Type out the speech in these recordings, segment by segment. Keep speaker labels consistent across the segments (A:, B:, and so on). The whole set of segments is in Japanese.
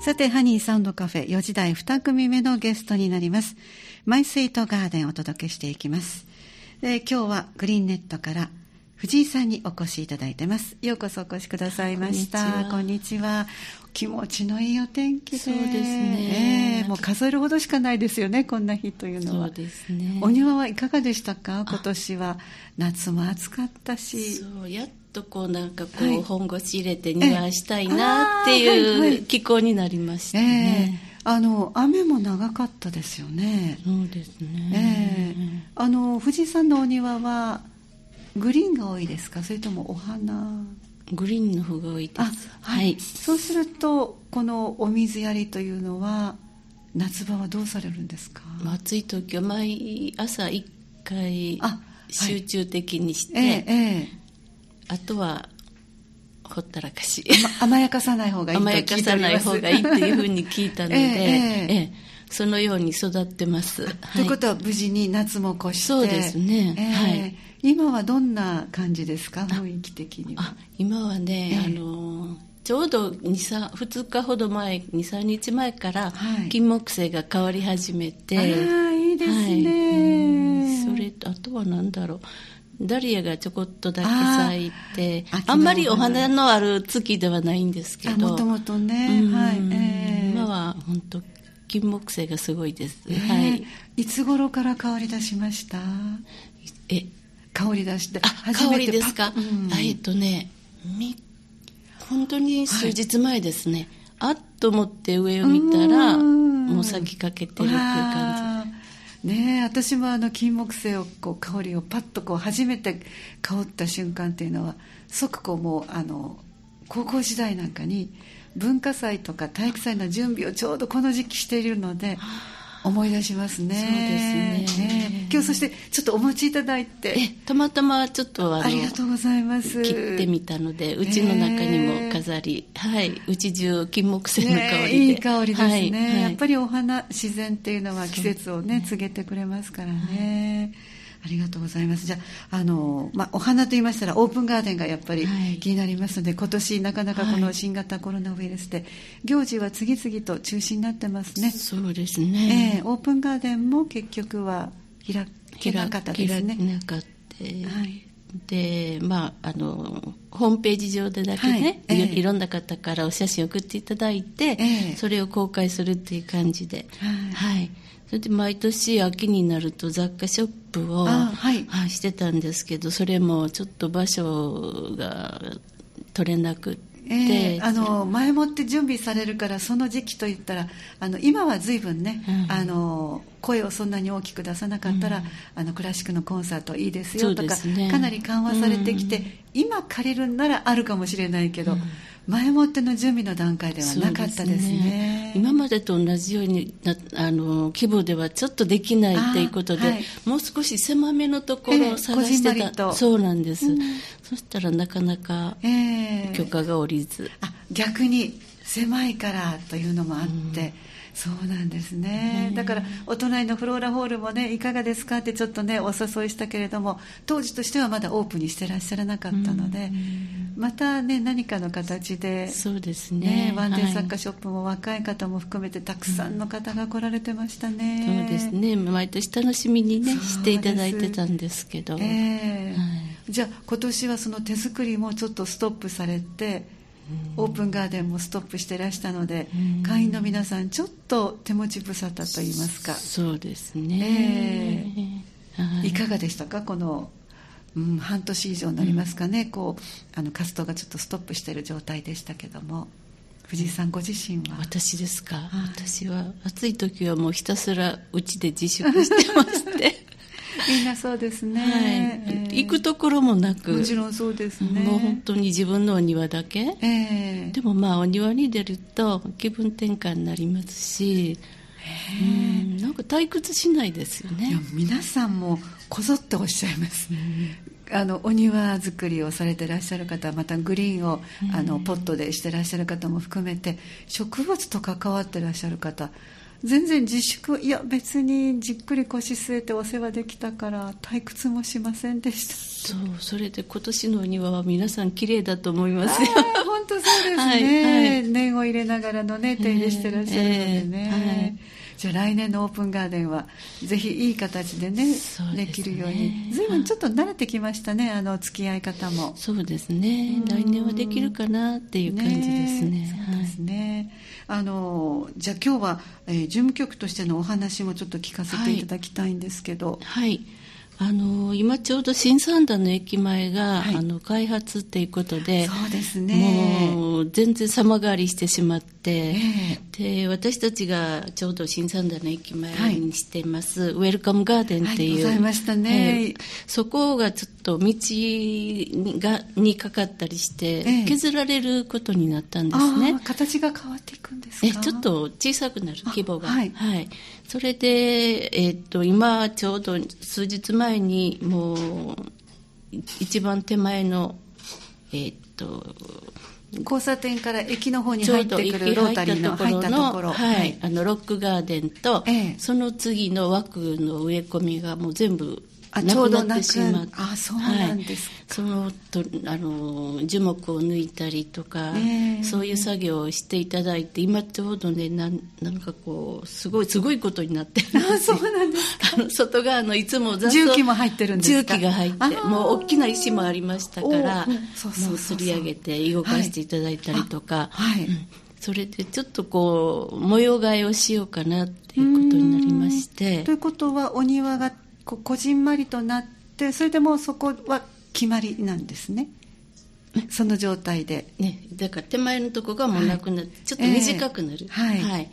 A: さて、ハニーサウンドカフェ4時台2組目のゲストになります。マイスイートガーデンをお届けしていきます。えー、今日はグリーンネットから藤井さんにお越しいただいてます。ようこそお越しくださいました。こんにちは。気持ちのいいお天気で
B: そうですね、
A: えー、もう数えるほどしかないですよねこんな日というのは
B: そうですね
A: お庭はいかがでしたか今年は夏も暑かったし
B: そうやっとこうなんかこう、はい、本腰入れて庭したいなっていう気候になりましたね、
A: えー、あの雨も長かったですよね
B: そうですね、
A: えー、あの富士山のお庭はグリーンが多いですかそれともお花
B: グリーンの方が多いです、
A: はい、はい、そうするとこのお水やりというのは夏場はどうされるんですか
B: 暑い時は毎朝1回集中的にして、あ,はい、ええあとはほったらかし、
A: ま、甘やかさない方がいい
B: 甘やかさない方がいいっていうふうに聞いたので、ええええ、そのように育ってます、はい、
A: ということは無事に夏も越して
B: そうですね、はい
A: 今はどんな感じですか雰囲気的には
B: 今はね、えー、あのちょうど 2, 2日ほど前23日前から金木犀が変わり始めて、はい、
A: ああいいですね、
B: はい、それとあとは何だろうダリアがちょこっとだけ咲いてあんまりお花のある月ではないんですけど
A: もともとね、はい、
B: えー、今は本当金木犀がすごいです、えー、はい
A: いつ頃から香り出しました
B: え
A: 香り出して
B: あ香りですか、うん、えっとね本当に数日前ですね、はい、あっと思って上を見たらもう咲きかけてるっていう感
A: じね私もあの金木犀をこう香りをパッとこう初めて香った瞬間っていうのは即こうもうあの高校時代なんかに文化祭とか体育祭の準備をちょうどこの時期しているので。思い出します
B: ね。そうですね。ね
A: 今日そしてちょっとお持ちいただいて、
B: たまたまちょっと
A: あありがとうございます。
B: 切ってみたので、うちの中にも飾り、えー、はい、うち中金木犀の香りで、
A: いい香りですね、はいはい、やっぱりお花自然っていうのは季節をね告げてくれますからね。はい、ありがとうございます。じゃあ、あの、まあ、お花と言いましたら、オープンガーデンがやっぱり気になりますので、今年なかなかこの新型コロナウイルスで、行事は次々と中止になってますね。
B: そうですね。
A: えーオープンガーデンも結局は開けなかったですね。
B: 開なかった、はい、でまああのホームページ上でだけね、はいえー、いろんな方からお写真送っていただいて、えー、それを公開するっていう感じで、はい、はい、それで毎年秋になると雑貨ショップを、はい、はい、してたんですけどそれもちょっと場所が取れなくて。
A: えー、あの前もって準備されるからその時期といったらあの今は随分ね、うん、あの声をそんなに大きく出さなかったら、うん、あのクラシックのコンサートいいですよとか、ね、かなり緩和されてきて、うん、今借りるんならあるかもしれないけど、前もっての準備の段階ではなかったですね、ね、
B: 今までと同じようにあの規模ではちょっとできないっていうことで、はい、もう少し狭めのところを探してた、えー、そうなんです、そしたらなかなか許可が下りず、
A: えー、逆に狭いからというのもあって、うん、そうなんですね、だからお隣のフローラホールもねいかがですかってちょっとねお誘いしたけれども当時としてはまだオープンにしてらっしゃらなかったので、うん、またね何かの形で
B: そうですね、
A: ね、ワンデー作家ショップも若い方も含めてたくさんの方が来られてましたね、
B: うん、そうですね毎年楽しみにねしていただいてたんですけど、え
A: ー、はいじゃあ今年はその手作りもちょっとストップされて、うん、オープンガーデンもストップしてらしたので、うん、会員の皆さんちょっと手持ち無沙汰といいますか
B: そうですね、
A: えー、はい、いかがでしたかこの、うん、半年以上になりますかね、うん、こうあの活動がちょっとストップしている状態でしたけども藤井さんご自身は
B: 私ですか、はい、私は暑い時はもうひたすらうちで自粛してまして
A: みんなそうですね、
B: はい、行くところもなく
A: もちろんそうですね
B: もう本当に自分のお庭だけ、
A: えー、
B: でもまあお庭に出ると気分転換になりますし、えー、んなんか退屈しないですよね
A: 皆さんもこぞっておっしゃいます、うん、あのお庭作りをされてらっしゃる方またグリーンを、うん、あのポットでしてらっしゃる方も含めて植物と関わってらっしゃる方全然自粛いや別にじっくり腰据えてお世話できたから退屈もしませんでした
B: そうそれで今年のお庭は皆さん綺麗だと思いますよ
A: 本当そうですね、はいはい、念を入れながらのね手入れしてらっしゃるのでね、えーえーはいじゃあ来年のオープンガーデンはぜひいい形でね、ね、できるように随分ちょっと慣れてきましたねあの付き合い方も
B: そうですね来年はできるかなっていう感じですね、ね、
A: そうですね、はい、あのじゃあ今日は、えー、事務局としてのお話もちょっと聞かせていただきたいんですけど
B: はい、はいあの今ちょうど新三田の駅前が、はい、あの開発っていうことで
A: そうですね
B: もう全然様変わりしてしまって、えー、で私たちがちょうど新三田の駅前にしてます、はい、ウェルカムガーデンっていう、
A: はい、ございましたね、
B: えー、そこがちょっと道がにかかったりして、えー、削られることになったんですね
A: 形が変わっていくんですか
B: えちょっと小さくなる規模がはい、それで、えー、っと今ちょうど数日前前にもう一番手前のえー、っと
A: 交差点から駅の方に入ってくるロータリーの入ったところ
B: はい、はい、あのロックガーデンと、ええ、その次の枠の植え込みがもう全部なくなってしまって
A: あそうなんです
B: か、はい、そのとあの樹木を抜いたりとか、えー、そういう作業をしていただいて今ちょうどねなんなんかこうすごいすごいことになって る
A: あそうなん ですか
B: あの外側のいつも
A: 雑草重機も入ってるんです
B: 重機が入ってもう大きな石もありましたからもうすり上げて動かしていただいたりとか、
A: はい、はいうん、
B: それでちょっとこう模様替えをしようかなっていうことになりまして
A: ということはお庭がここじんまりとなってそれでもうそこは決まりなんですねその状態で、
B: ね、だから手前のとこがもうなくなって、はい、ちょっと短くなる、えー、
A: はい、はい、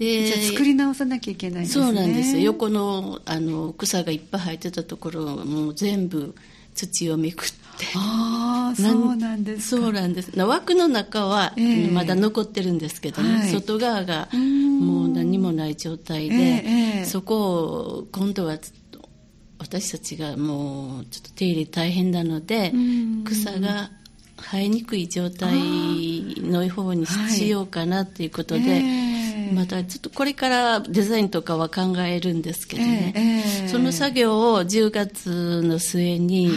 A: でじゃあ作り直さなきゃいけないんです
B: ねそうなんです横のあの草がいっぱい生えてたところをもう全部土をめくって
A: ああそうなんです
B: そうなんです枠の中は、えー、まだ残ってるんですけどね、はい、外側がもう何もない状態で、えー、そこを今度は私たちがもうちょっと手入れ大変なので草が生えにくい状態の方にしようかなということで、はいえー、またちょっとこれからデザインとかは考えるんですけどね、えー、その作業を10月の末に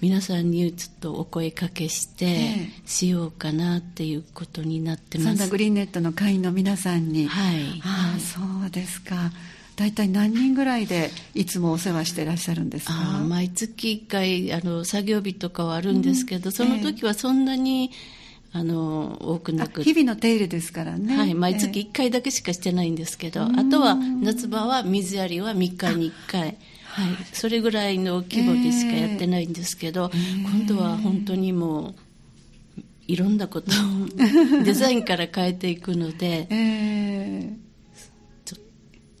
B: 皆さんにちょっとお声かけしてしようかなっていうことになってます。サン
A: ダグリーンネットの会員の皆さんに、
B: はい、
A: あそうですか。大体何人ぐらいでいつもお世話していらっしゃるんですか
B: 毎月1回あの作業日とかはあるんですけど、うん、その時はそんなに、えー、あの多くなく
A: 日々の手入れですからね、
B: はい、毎月1回だけしかしてないんですけど、えー、あとは夏場は水やりは3日に1回。はい、それぐらいの規模でしかやってないんですけど、えー、今度は本当にもういろんなこと をデザインから変えていくので、
A: えー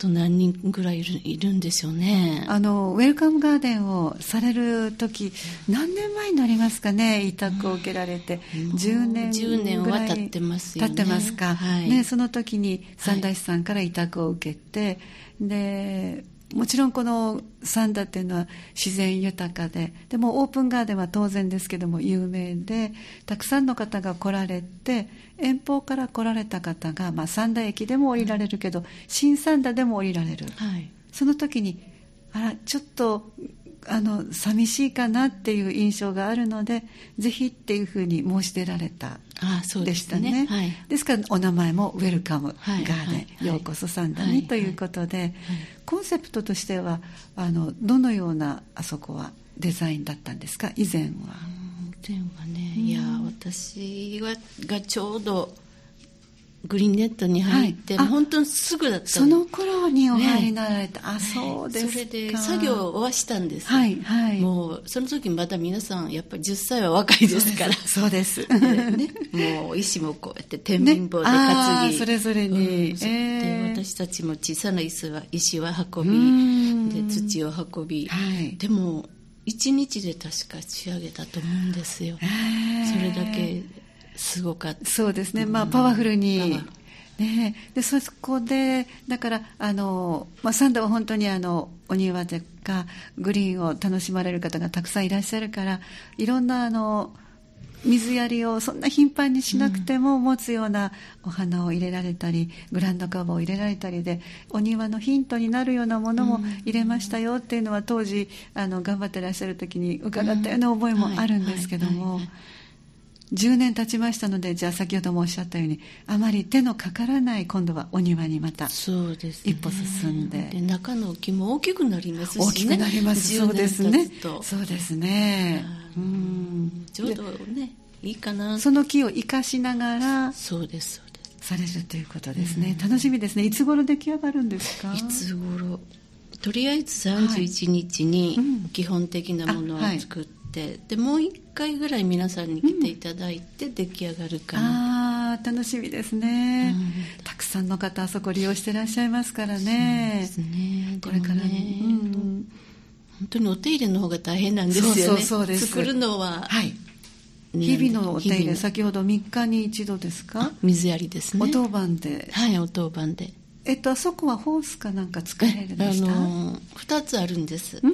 B: と何人ぐらいいるんでしょうね
A: あのウェルカムガーデンをされる時何年前になりますかね委託を受けられて、うん、10年
B: 10年は経ってますよ
A: ね経ってますか、はい、ね、その時に三大師さんから委託を受けて、はい、でもちろんこの三田っていうのは自然豊かででもオープンガーデンは当然ですけども有名でたくさんの方が来られて遠方から来られた方が、まあ、三田駅でも降りられるけど、はい、新三田でも降りられる、
B: はい、
A: その時にあらちょっとあの寂しいかなっていう印象があるのでぜひっていうふうに申し出られた
B: あそう
A: でしたね、
B: ねはい、
A: ですからお名前も「ウェルカム、ガーデン、はいはい、ようこそさんだね」ということで、コンセプトとしてはあのどのようなあそこはデザインだったんですか以前は
B: 以前はね、いや私はがちょうどグリーンネットに入って、はい、本当にすぐだった
A: その頃にお入りになられた、ね、あそうです
B: それで作業はしたんです、
A: はいはい、
B: もうその時また皆さんやっぱり10歳は若いですから
A: そうです
B: ね、もう石もこうやって天秤棒で担
A: ぎ、ね、それぞれに、
B: うん、えー、私たちも小さな石は石は運びで土を運び、
A: はい、
B: でも1日で確か仕上げたと思うんですよ、えー、それだけすごかった
A: そうですね、まあ、パワフルに、うん、ね、でそこでだからあの、まあ、サンダは本当にあのお庭とかグリーンを楽しまれる方がたくさんいらっしゃるからいろんなあの水やりをそんな頻繁にしなくても持つようなお花を入れられたり、グランドカバーを入れられたりでお庭のヒントになるようなものも入れましたよっていうのは当時あの頑張ってらっしゃる時に伺ったような覚えもあるんですけども。10年経ちましたのでじゃあ先ほどもおっしゃったようにあまり手のかからない今度はお庭にまた
B: そうです、
A: 一歩進んで、ね、
B: で中の木も大きくなりますし、ね、
A: 大きくなりますそうですねそうですね
B: うんちょうどねいいかな
A: その木を生かしながら
B: そうですそうです
A: されるということですね、楽しみですねいつ頃出来上がるんですか
B: いつ頃とりあえず31日に基本的なものを作って、でもう1回ぐらい皆さんに来ていただいて出来上がるか
A: な、うん、あ楽しみですね、うん、たくさんの方あそこ利用してらっしゃいますからね
B: そうですね
A: これからね、
B: うん、本当にお手入れの方が大変なんですよね
A: そうです
B: 作るのは、
A: はい、日々のお手入れ先ほど3日に一度ですか
B: 水やりですね
A: お当番で
B: はいお当番で
A: えっとあそこはホースかなんか使えるんでした、あのー、
B: 2つあるんですん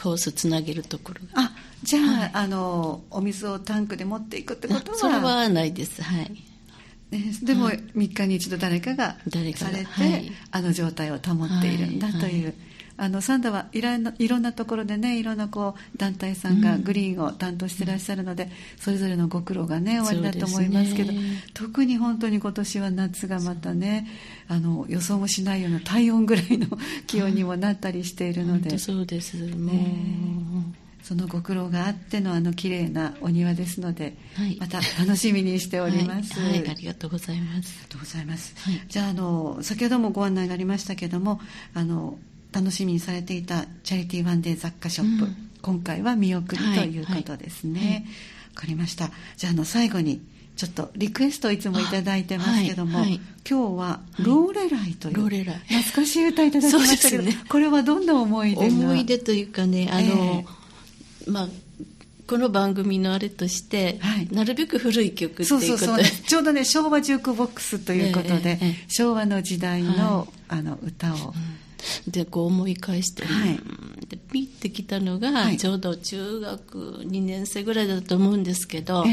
B: ホースつなげるところ
A: あじゃあ,はい、あのお水をタンクで持っていくってことは
B: それはないですはい、
A: ね、でも3日に一度誰かが
B: 誰か
A: されて、
B: はい、
A: あの状態を保っているんだという、はい、あのサンダはいろんないろんなところでねいろんなこう団体さんがグリーンを担当してらっしゃるので、うん、それぞれのご苦労がねおありだと思いますけど、ね、特に本当に今年は夏がまたねあの予想もしないような体温ぐらいの気温にもなったりしているので、
B: そうですね
A: そのご苦労があってのあの綺麗なお庭ですので、はい、また楽しみにしております
B: はい、はい、ありがとうございます
A: ありがとうございます、はい、じゃああの先ほどもご案内がありましたけどもあの楽しみにされていたチャリティーワンデー雑貨ショップ、うん、今回は見送りということですね、わ、かりましたじゃああの最後にちょっとリクエストをいつも頂いてますけども、今日は「ローレライ」という、懐かしい歌いただきましたけど、ね、これはどんな思い出が
B: 思い出というかねあの、まあ、この番組のあれとして、はい、なるべく古い曲っていうことで
A: ちょうどね昭和ジュークボックスということで、えええ、昭和の時代の,はい、あの歌を、
B: うん、でこう思い返して、はい、でピッてきたのが、はい、ちょうど中学2年生ぐらいだと思うんですけど、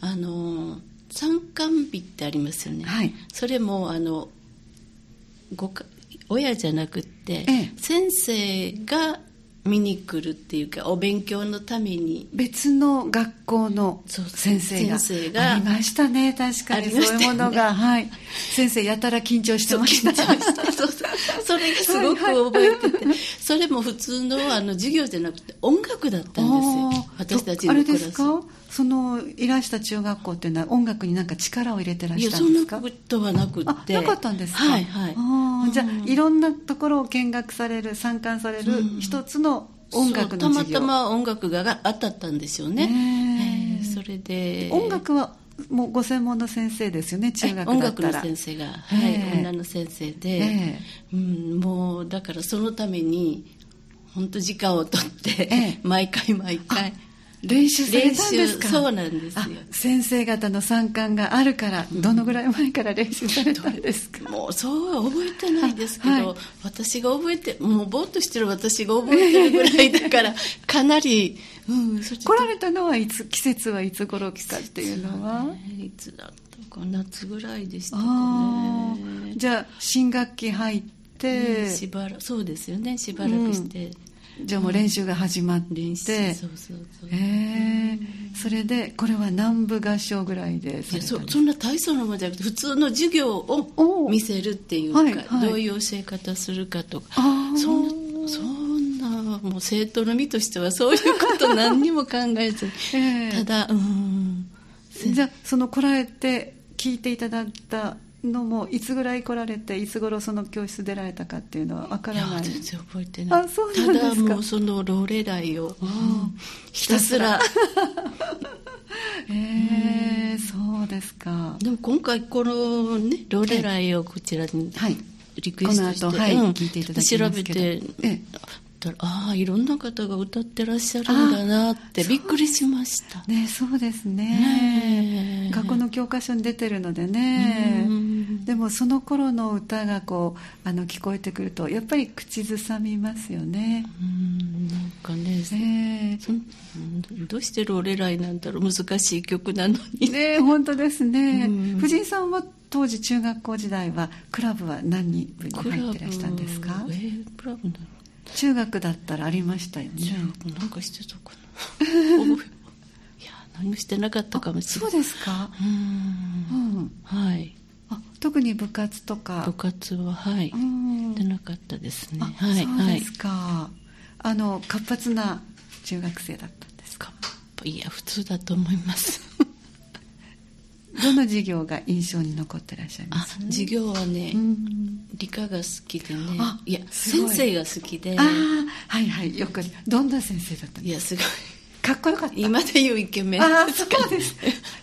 B: あの参観日ってありますよね、それもあのごか親じゃなくて、先生が見に来るっていうかお勉強のため に
A: 別の学校の先生がありましたね確かにそういうものが、ね、はい、先生やたら緊張してました
B: それがすごく覚えてて、はい、それも普通のあの授業じゃなくて音楽だったんですよ私たちの
A: クラスあれですかそのいらした中学校っていうのは音楽になんか力を入れてらっしゃったんですか
B: いやそんなことはなくて
A: なかったんですか
B: はいはい
A: あじゃあ、うん、いろんなところを見学される参観される一つの音楽の
B: 授業、うん、たまたま音楽が当たったんですよね、えー、それで
A: 音楽はもうご専門の先生ですよね中学
B: 音楽の先生が、はい、えー、女の先生で、えー、うん、もうだからそのために本当時間を取って、えー、毎回毎回
A: 練習されたんですか
B: そうなんですよ
A: 先生方の参観があるからどのぐらい前から練習されたんですか、
B: うん、もうそうは覚えてないですけど、はい、私が覚えてもうぼーっとしてる私が覚えてるぐらいだからかなり、
A: うん、来られたのはいつ季節はいつ頃来たっていうのは、ね、
B: いつだったか夏ぐらいでしたかね
A: じゃあ新学期入って、
B: うん、しばらそうですよねしばらくして、
A: じゃあもう練習が始まって、うん、
B: そうそうそう
A: えー、それでこれは南部合唱ぐらいで
B: いやそそんな大層なものじゃなくて普通の授業を見せるっていうか、はいはい、どういう教え方するかとかそんなそんなもう生徒の身としてはそういうこと何にも考 えずに、えー、ただうん
A: じゃあその来られて聞いていただいたのもいつぐらい来られていつ頃その教室出られたかっていうのは分からない
B: 全然覚えてない
A: あそうなんです
B: かただもうそのローレライを、うん、ひたすら
A: えー、そうですか
B: でも今回このねローレライをこちらにリクエストして、
A: はい、はい、聞いていただき
B: 調べてああいろんな方が歌ってらっしゃるんだなってびっくりしました
A: ねそうですね学校の教科書に出てるのでねでもその頃の歌がこうあの聞こえてくるとやっぱり口ずさみますよね
B: かね、えー、どうしてローレライなんだろう難しい曲なのに
A: ね本当ですね、うん、藤井さんは当時中学校時代はクラブは何部に入ってらしたんですか
B: えー、クラブなの
A: 中学だったらありましたよね
B: なんかしてたか ないや何もしてなかったかもしれない
A: そうですか
B: うん、はい
A: あ特に部活とか
B: 部活ははい出なかったですね
A: はいそうですか、はい、あの活発な中学生だったんですか
B: いや普通だと思います
A: どの授業が印象に残ってらっしゃいます
B: 授業はね、理科が好きでねいや先生が好きで
A: ああはいはいよくどんな先生だった
B: いやすごい
A: かっこよかった
B: 今で言うイケメン
A: ああそうです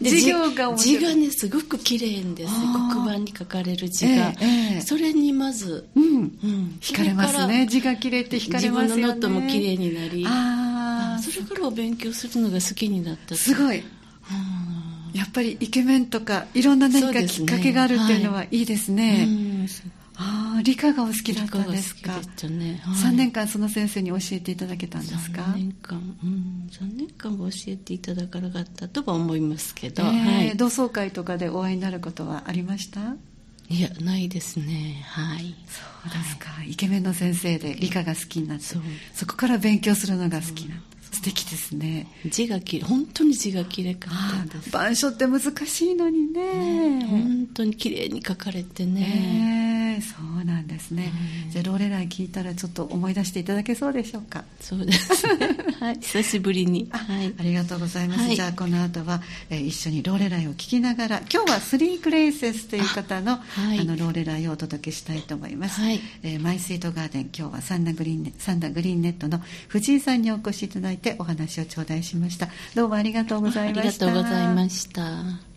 B: 授業が面字がねすごく綺麗です黒板に書かれる字が、ええ、それにまず、
A: うんうん、惹かれますね字が綺麗って惹かれますよね
B: 自分のノートも綺麗になりああそれからお勉強するのが好きになった
A: すごい、うんやっぱりイケメンとかいろんな何かきっかけがあるっていうのはいいですね。すねはい、ああ理科がお好きだったんですか。
B: すね
A: はい、3年間その先生に教えていただけたんですか。3
B: 年間、うん、3年間も教えていただかなかったとは思いますけど、え
A: ー、はい、同窓会とかでお会いになることはありました？
B: いやないですねはい
A: そうですか、はい、イケメンの先生で理科が好きになってそこから勉強するのが好きな素敵ですね
B: 字がき本当に字がきれかったんです
A: 板書って難しいのにねね
B: 本当に綺麗に書かれてね、
A: えー、そうなんですね、うん、じゃあローレライ聞いたらちょっと思い出していただけそうでしょうか
B: そうですね、はい、久しぶりに
A: あ,、はい、ありがとうございます、はい、じゃあこの後は、えー、一緒にローレライを聞きながら今日はスリークレイセスという方のはい、あのローレライをお届けしたいと思います、はい、えー、マイスイートガーデン今日はサンダグリーンネサンダグリーンネットの藤井さんにお越しいただいてお話を頂戴しましたどうもありがとうございました
B: ありがとうございました